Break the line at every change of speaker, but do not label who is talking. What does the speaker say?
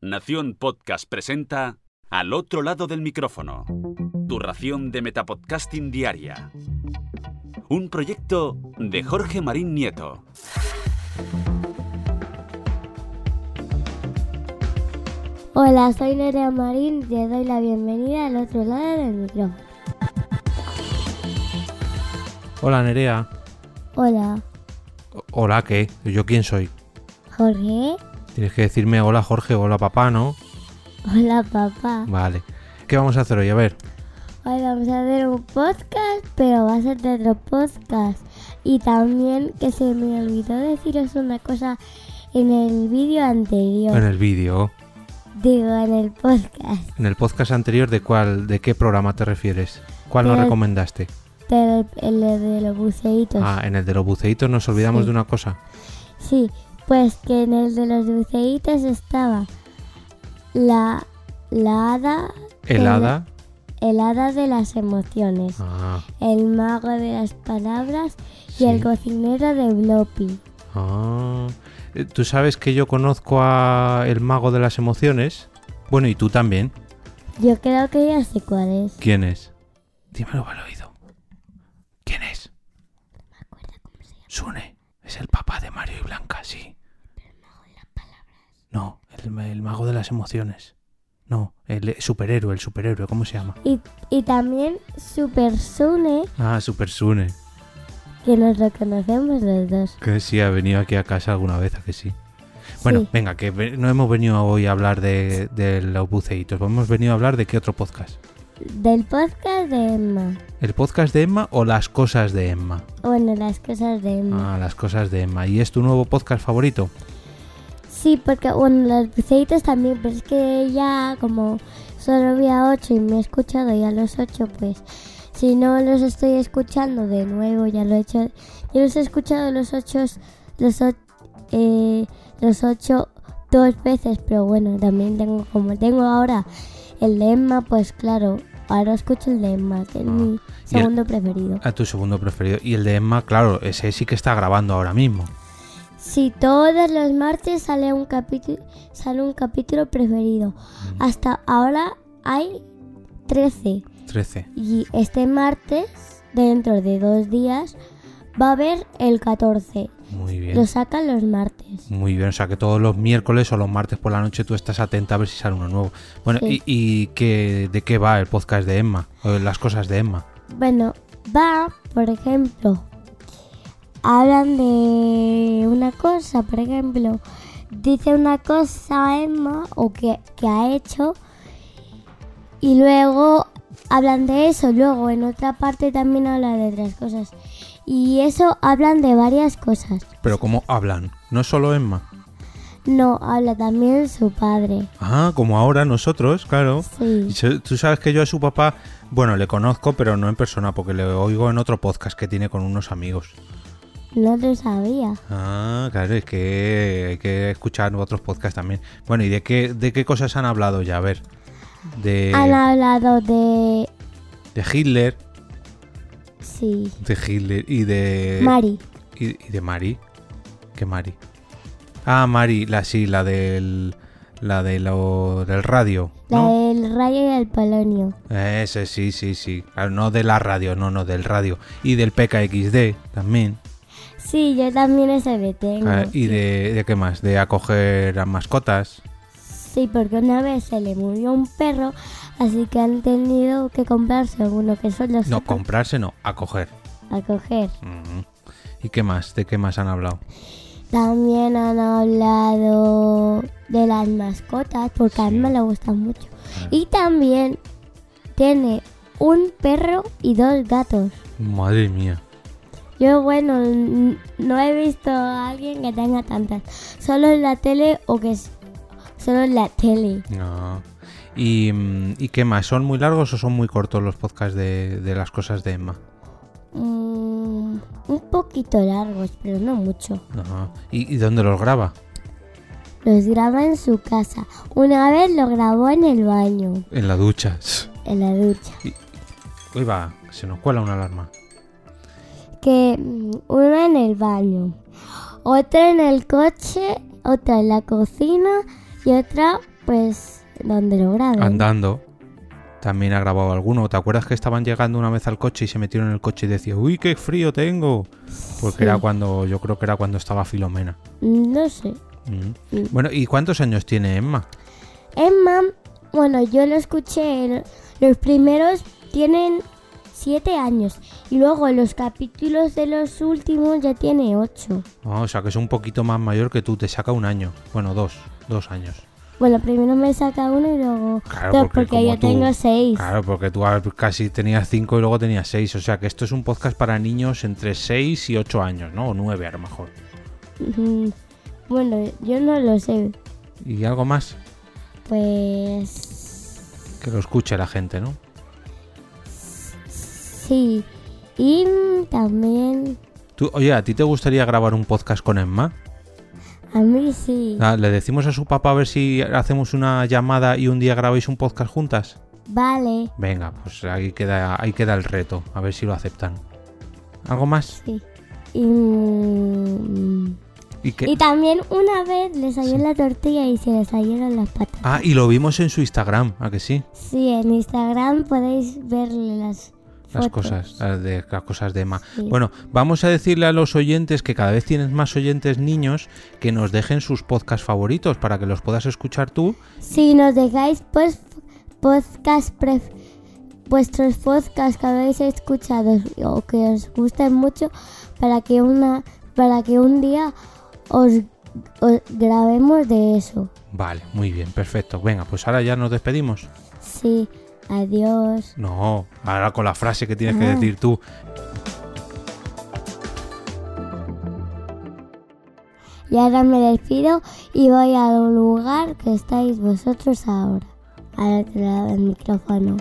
Nación Podcast presenta Al otro lado del micrófono. Tu ración de Metapodcasting Diaria. Un proyecto de Jorge Marín Nieto.
Hola, soy Nerea Marín y te doy la bienvenida al otro lado del micrófono.
Hola Nerea.
Hola,
O- Hola, ¿qué? ¿Yo quién soy?
Jorge.
Tienes que decirme hola Jorge, hola papá, ¿no?
Hola, papá.
Vale. ¿Qué vamos a hacer hoy? A ver.
Hoy vamos a hacer un podcast, pero va a ser de otro podcast. Y también que se me olvidó deciros una cosa en el vídeo
En
anterior.
el vídeo.
Digo, en el podcast.
En el podcast anterior de cuál, de qué programa te refieres. ¿Cuál nos
Del-
recomendaste?
Pero el, el de los buceitos.
Ah, en el de los buceitos nos olvidamos
pues. Sí.
de una cosa.
Sí, pues que en el de los buceitos estaba la, la hada.
El
de la-
hada.
el hada de las emociones.
Ah,
el mago de las palabras
Sí.
y el cocinero de Bloppy.
ah. Eh, Tú sabes que yo conozco a el mago de las emociones. Bueno, y tú también.
Yo creo que ya sé cuál es.
¿Quién es? Dímelo al oído. ¿Quién es? Sune. Es el papá de Mario y Blanca, sí. No, el, ma- el mago de las emociones. No, el eh, superhéroe, el superhéroe, ¿cómo se llama?
Y, y también Super Sune,
Ah, Super Sune.
que nos lo conocemos los dos.
Que sí, ha venido aquí a casa alguna vez, a que sí. Bueno,
Sí.
venga, que ve- no hemos venido hoy a hablar de, de los buceitos, hemos venido a hablar de qué otro podcast.
Del podcast de Emma.
¿El podcast de Emma o las cosas de Emma?
Bueno, las cosas de Emma.
Ah, las cosas de Emma. ¿Y es tu nuevo podcast favorito?
Sí, porque bueno, los buceitos también, pero es que ya como solo vi a 8 y me he escuchado ya los 8, pues si no los estoy escuchando de nuevo, ya lo he hecho. Yo los he escuchado los 8, los 8, los 8 dos veces, pero bueno, también tengo como tengo ahora el de Emma, pues claro, ahora escucho el de Emma, que es
Ah.
mi
Y el-
segundo preferido.
A tu segundo preferido. Y el de Emma, claro, ese sí que está grabando ahora mismo.
Si todos los martes sale un capítulo, sale un capítulo preferido. Hasta ahora hay 13
13.
y este martes, dentro de dos días, va a haber el 14.
Muy bien.
Lo sacan los martes.
Muy bien, o sea que todos los miércoles o los martes por la noche tú estás atenta a ver si sale uno nuevo. Bueno,
Sí.
¿y, y qué, de qué va el podcast de Emma? O las cosas de Emma.
Bueno, va, por ejemplo, hablan de una cosa, por ejemplo, dice una cosa Emma o que, que ha hecho y luego hablan de eso, luego en otra parte también habla de otras cosas. Y eso hablan de varias cosas.
Pero ¿cómo hablan? No solo Emma.
No, habla también su padre.
Ah, como ahora nosotros, claro. Y
Sí,
se- Tú sabes que yo a su papá, bueno, le conozco, pero no en persona, porque le oigo en otro podcast que tiene con unos amigos.
no lo sabía.
Ah, claro, es que hay que escuchar otros podcasts también. Bueno, ¿y de qué, de qué cosas han hablado ya? A ver. De,
Han hablado de...
de Hitler,
Sí.
de Hitler y de...
Mari.
Y, y de Mari. ¿Qué Mari? Ah, Mari, la sí, la del... La de lo, del radio,
La
¿no?
del rayo y el polonio.
Ese sí, sí, sí. Claro, no de la radio, no, no, del radio. Y del PKXD también.
Sí, yo también ese me tengo.
Ah, y de, de qué más? De acoger a mascotas.
Sí, porque una vez se le murió un perro, así que han tenido que comprarse uno que son los
No, comprarse no, acoger.
a coger.
Ujú. ¿Y qué más? ¿De qué más han hablado?
También han hablado de las mascotas, porque a mí me le gustan mucho. Y también tiene un perro y dos gatos.
Madre mía.
Yo, bueno, n- no he visto a alguien que tenga tantas. Solo en la tele o que... s- Solo en la tele.
No. ¿Y, mm, ¿y qué más? ¿Son muy largos o son muy cortos los podcasts de, de las cosas de Emma?
Mm, un poquito largos, pero no mucho.
Ajá. ¿Y, y dónde los graba?
Los graba en su casa. Una vez lo grabó en el baño,
En la ducha.
en la ducha.
Uy, va, se nos cuela una alarma.
Que mm, una en el baño, otra en el coche, otra en la cocina y otra pues donde lo graben.
Andando. También ha grabado alguno. ¿Te acuerdas que estaban llegando una vez al coche y se metieron en el coche y decían, uy, qué frío tengo? Porque
Sí.
pues era cuando, yo creo que era cuando estaba Filomena.
No sé.
Mm.
Mm.
Bueno, ¿y cuántos años tiene Emma?
Emma, bueno, yo lo escuché, en- los primeros tienen siete años y luego los capítulos de los últimos ya tiene ocho.
Ah, o sea, que es un poquito más mayor que tú, te saca un año. Bueno, dos, dos años.
Bueno, primero me saca uno y luego
Claro,
dos,
porque
porque,
como
yo
tú-
tengo seis.
Claro, porque tú ah, casi tenías cinco y luego tenías seis. O sea, que esto es un podcast para niños entre seis y ocho años, ¿no? O nueve a lo mejor.
Ujú. Bueno, yo no lo sé.
Y algo más
Pues
que lo escuche la gente, ¿no?
sí. Y mm, también
Tú, oye, ¿a ti te gustaría grabar un podcast con Emma?
a mí sí.
Ah, ¿Le decimos a su papá a ver si hacemos una llamada y un día grabáis un podcast juntas?
Vale,
Venga, pues ahí queda, ahí queda el reto, a ver si lo aceptan. ¿Algo más?
sí. Y, mm,
¿Y qué?
y también una vez le salió
Sí.
la tortilla y se le salieron las patas.
Ah, y lo vimos en su Instagram, ¿a que sí?
Sí, en Instagram podéis verle las,
Las
fotos.
cosas, las, de, las cosas de Emma.
Sí.
Bueno, vamos a decirle a los oyentes que cada vez tienes más oyentes niños que nos dejen sus podcasts favoritos para que los puedas escuchar tú.
Si nos dejáis pues, podcast pref- vuestros podcasts que habéis escuchado o que os gusten mucho para que una para que un día os, os grabemos de eso.
Vale, muy bien, perfecto. Venga, pues ahora ya nos despedimos.
Sí, adiós.
No, ahora con la frase que tienes que
Ah.
decir tú.
Y ahora me despido y voy a un lugar que estáis vosotros ahora. Al otro lado del micrófono.